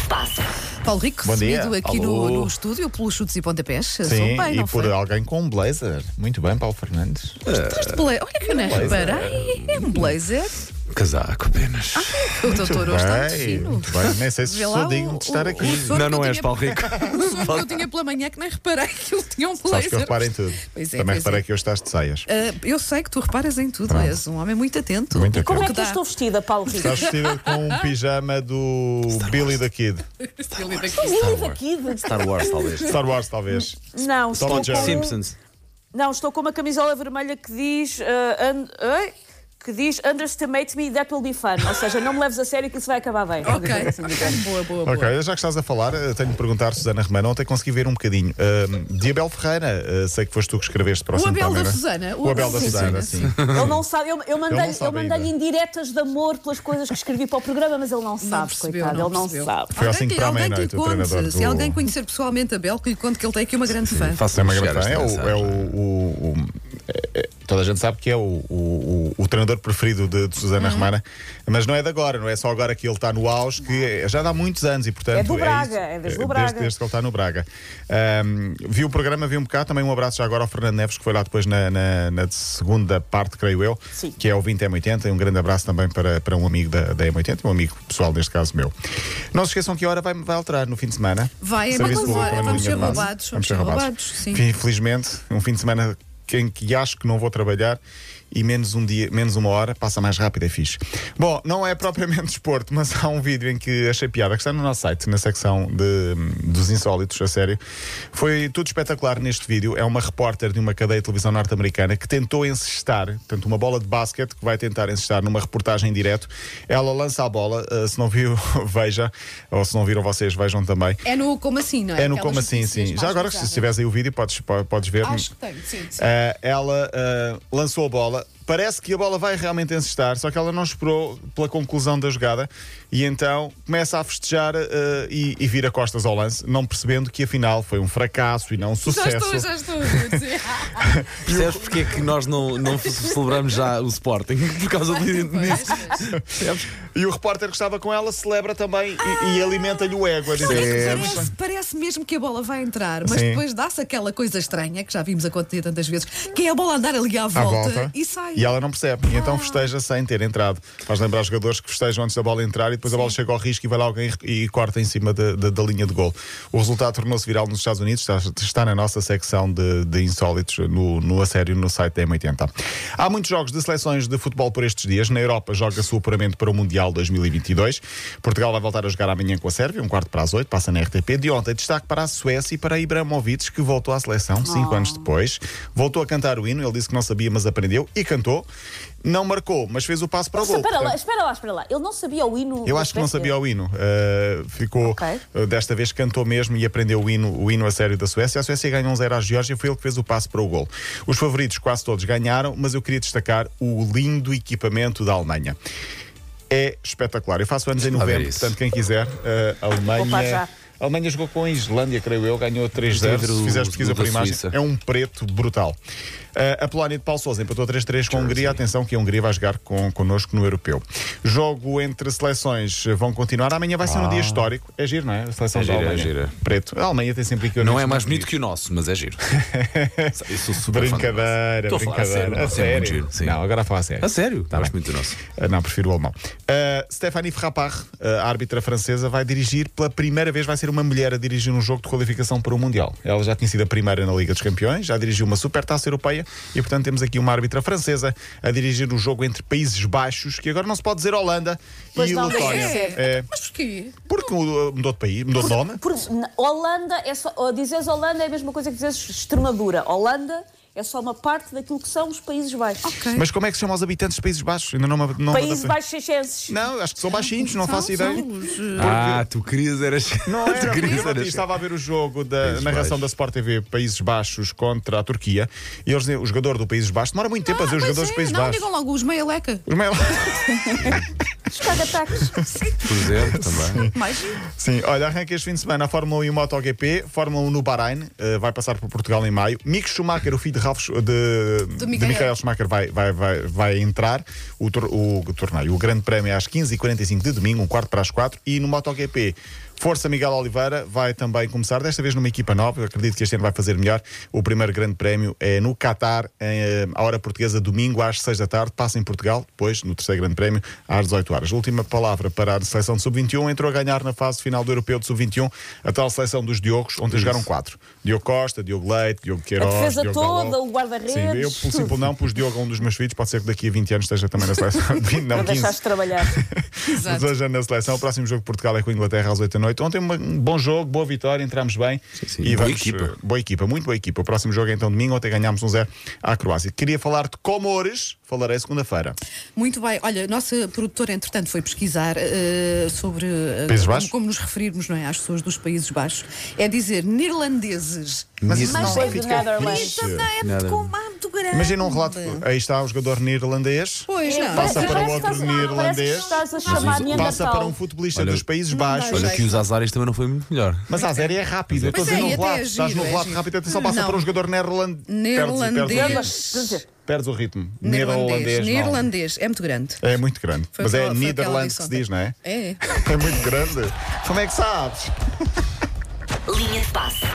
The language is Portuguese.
se passa. Paulo Rico, Bom recebido dia. aqui no, Alô. no estúdio pelos chutes e pontapés. Sou Sim, bem, e não por foi? alguém com um blazer. Muito bem, Paulo Fernandes. Estás de blazer. Olha que eu não blazer. reparei. É um blazer. Casaco apenas. O doutor hoje está muito Bem, fino. muito bem. Nem sei se Vê lá sou o- digno de estar o- aqui. o sonho Não, não que é, eu és tinha- Paulo Rico. O sonho que eu tinha pela manhã que nem reparei que ele tinha um blazer. Sabes que eu reparo em tudo. Pois é, Também pois reparei é. que hoje estás de saias. Ah, eu sei que tu reparas em tudo, Pronto. és um homem muito atento. Muito E como Como é atento. que eu estou vestida, Paulo Rico? Estás vestida com um pijama do Billy the Kid. Estou daqui de... Star Wars, talvez. Star Wars, talvez. Não, estou Tom com... and Jerry. Simpsons. Não, estou com uma camisola vermelha que diz... eh, un- eh? Que diz underestimate me, that will be fun. Ou seja, não me leves a sério que isso vai acabar bem. Ok, boa, boa, boa. Ok, já que estás a falar, eh, tenho de perguntar, Susana Romano, ontem consegui ver um bocadinho. Ahm, de Abel Ferreira, eh, sei que foste tu que escreveste para o O Santo Abel da Palmeira. Susana. O Abel da Susana, sim. Ele não sabe, eu, eu mandei-lhe não sabe mandei ainda. indiretas de amor pelas coisas que escrevi para o programa, mas ele não sabe, percebeu, coitado, não ele não percebeu. sabe. Foi assim Alguém para a alguém meia-noite, que o lhe treinador conte, se do- alguém conhecer pessoalmente a Bel, que lhe conte que ele tem aqui uma grande fã. É uma Faça-me grande chegar fã. esta É o, é mensagem. o- o- o- é- toda a gente sabe que é o, o- o- o treinador preferido de, de Uhum. Susana Romana, mas não é de agora, não é só agora que ele está no auge, que é- já dá muitos anos e portanto. É do Braga, isso. é desde o desde, Braga. desde que ele está no Braga. Ahm, vi o programa, vi um bocado, também um abraço já agora ao Fernando Neves, que foi lá depois na, na- na segunda parte, creio eu, Sim. que é o 20 M80. Um grande abraço também para, para um amigo da, da M80, um amigo pessoal, neste caso meu. Não se esqueçam que a hora vai, vai alterar no fim de semana. Vai, é Serviço uma público, coisa, uma vamos linha ser de base. roubados, vamos ser roubados, sim. Enfim, Infelizmente, um fim de semana em que acho que não vou trabalhar e menos um dia, menos uma hora, passa mais rápido, é fixe. Bom, não é propriamente desporto, mas há um vídeo em que achei piada, que está no nosso site, na secção de, dos insólitos, a sério. Foi tudo espetacular neste vídeo. É uma repórter de uma cadeia de televisão norte-americana que tentou encestar, portanto, uma bola de basquete que vai tentar encestar numa reportagem em direto. Ela lança a bola, eh, se não viu, veja, ou se não viram vocês, vejam também. É no Como Assim, não é? É no Aquelas Como Assim, notícias sim. mais Já agora, se um pesadas. tiveres aí o vídeo, podes, po- podes ver. Acho que tenho, sim, sim. Ah, ela ah, lançou a bola. Parece que a bola vai realmente encestar, só que ela não esperou pela conclusão da jogada e então começa a festejar ah, e, e vira costas ao lance, não percebendo que afinal foi um fracasso e não um Já estou, sucesso. já estou a dizer. Percebes porque é que nós não, não ce- celebramos já o Sporting? Por causa de- disso. Percebes? E o repórter que estava com ela celebra também e- Ah! e, alimenta-lhe o ego. a dizer, "Percebes?" Parece, parece mesmo que a bola vai entrar, mas Sim. depois dá-se aquela coisa estranha que já vimos acontecer tantas vezes, que é a bola andar ali à à volta, volta e sai. Ah. ela não percebe. E então festeja sem ter entrado. Faz lembrar os jogadores que festejam antes da bola entrar e depois a bola chega ao risco e vai lá alguém e, e corta em cima da- da- da linha de gol. O resultado tornou-se viral nos Estados Unidos, está, está na nossa secção de, de insólitos no, no a sério no site da M80. Há muitos jogos de seleções de futebol por estes dias. Na Europa joga-se o apuramento para o Mundial 2022. Portugal vai voltar a jogar amanhã com a Sérvia, um quarto para as oito, passa na RTP. De ontem, destaque para a Suécia e para Ibrahimovic, que voltou à seleção cinco anos depois. Voltou a cantar o hino, ele disse que não sabia, mas aprendeu e cantou. Não marcou, mas fez o passo para o gol. Espera lá, Portanto, espera lá, espera lá. Ele não sabia o hino. Eu da acho que não Suécia? sabia o hino. Uh, ficou, Ok. uh, desta vez cantou mesmo e aprendeu o hino, o hino a sério da Suécia. A Suécia ganhou um 0 à Geórgia, foi ele que fez o passo para o gol. Os favoritos quase todos ganharam, mas eu queria destacar o lindo equipamento da Alemanha. É espetacular. Eu faço anos em Deixa-me lá ver novembro, isso. portanto, quem quiser, uh, Opa, já. Alemanha. A Alemanha jogou com a Islândia, creio eu, ganhou 3-0. Deixa eu ver Se o- fizeres pesquisa o da por imagem, Suíça. é um preto brutal. Uh, a Polónia de Paulo Sousa empatou 3-3 com a Hungria. assim. Atenção que a Hungria vai jogar com, connosco no Europeu. Jogo entre seleções eh, vão continuar. Amanhã vai ser um dia histórico. É giro, não é? A seleção da Ah. É giro, é Alemanha. giro. Preto. A Alemanha tem sempre que Não é mais bonito que o nosso, mas é giro. Eu sou super fã do Brincadeira, nosso. Estou a falar a brincadeira. sério, o nosso é muito giro, sim. Não, agora fala a sério. A sério? Tá Gosto bem. muito do nosso. Ah, Não, prefiro o alemão. Ah, Stéphanie Frappard, ah, a árbitra francesa, vai dirigir pela primeira vez, vai ser uma mulher a dirigir um jogo de qualificação para o Mundial. Ela já tinha sido a primeira na Liga dos Campeões, já dirigiu uma supertaça europeia e, portanto, temos aqui uma árbitra francesa a dirigir o jogo entre Países Baixos, que agora não se pode dizer Holanda Pois e não, Letónia. deixa de ser. É, Mas porquê? porque mudou mudou de país, mudou de nome. Por, na- Holanda é só. ou Dizes Holanda é a mesma coisa que dizes Extremadura. Holanda é só uma parte daquilo que são os Países Baixos. Ok. Mas como é que se chamam os habitantes dos Países Baixos? Ainda não, me- não me Países adaptei. Baixos Seixenses. Não, acho que são baixinhos, não faço São- ideia. são os, eh, Ah, tu querias eras. Não era, tu querias porque eu eras. estava a ver o jogo da Países narração Baixos. da Sport TV Países Baixos contra a Turquia e eles dizem, o jogador do Países Baixos demora muito tempo a dizer tipo, os Ah, pois é, jogadores do Países não, Baixos. digam logo os meia leca. Os meia- evitar ataques. por exemplo, também. Mais? Sim, olha, arranca este fim de semana a Fórmula 1 e o MotoGP, Fórmula 1 no Bahrein, eh, vai passar por Portugal em maio. Mick Schumacher, o filho de, Ralf, Sch- de, de Michael. Michael Schumacher, vai, vai, vai, vai entrar. O, tor- o torneio, o grande prémio é às 15h45 de domingo, um quarto para as 4 E no MotoGP, Força Miguel Oliveira vai também começar, desta vez numa equipa nova. Eu acredito que este ano vai fazer melhor. O primeiro grande prémio é no Qatar, em, eh, à hora portuguesa, domingo às 6 da tarde. Passa em Portugal, depois, no terceiro grande prémio, às 18 horas. Última palavra para a seleção de sub-21. Entrou a ganhar na fase final do europeu de sub-21 a tal seleção dos Diogos, onde jogaram quatro: Diogo Costa, Diogo Leite, Diogo Queiroz. defesa Diogo toda, Dalot. o guarda-redes. Sim, eu, pelo simples não, pus Diogo a um dos meus filhos. Pode ser que daqui a 20 anos esteja também na seleção. Para Não, 15. deixares de trabalhar. Mas Exato. hoje anda na seleção. O próximo jogo de Portugal é com a Inglaterra às 8 da noite. Ontem uma- um bom jogo, boa vitória, entramos bem. sim. Boa equipa. eh, Boa equipa, muito boa equipa. O próximo jogo é então domingo. Ontem ganhámos um 0 à Croácia. Queria falar de Comores, falarei segunda-feira. Muito bem. Olha, a nossa produtora, entretanto, foi pesquisar eh, sobre eh, Países como, Baixos? como nos referirmos não é, às pessoas dos Países Baixos. É dizer neerlandeses. Mas isso não é Netherlands. fixe. é Nada. com uma muito grande. Imagina um relato. Aí está o jogador neerlandês. Pois é. não. Passa Parece- para um parece outro que estás- neerlandês. parece que Estás a chamar Passa Neandertal. para um futebolista Olha, dos Países não Baixos. dá Olha que os azares também não foi muito melhor. Mas a zero é rápido. Eu estou a Mas dizer é, no e até relato. é Estás no giro, é relato giro. rápido. Atenção, passa Não. para um jogador neerland... Neerlandês. Perdes, Quer dizer, perdes o ritmo. Neerlandês. Neerlandês. não. Neerlandês. É muito grande. É muito grande. Foi Mas é aquela- foi aquela Netherlands que se lição. diz, não é? É. É muito grande. Como é que sabes? Linha de passe.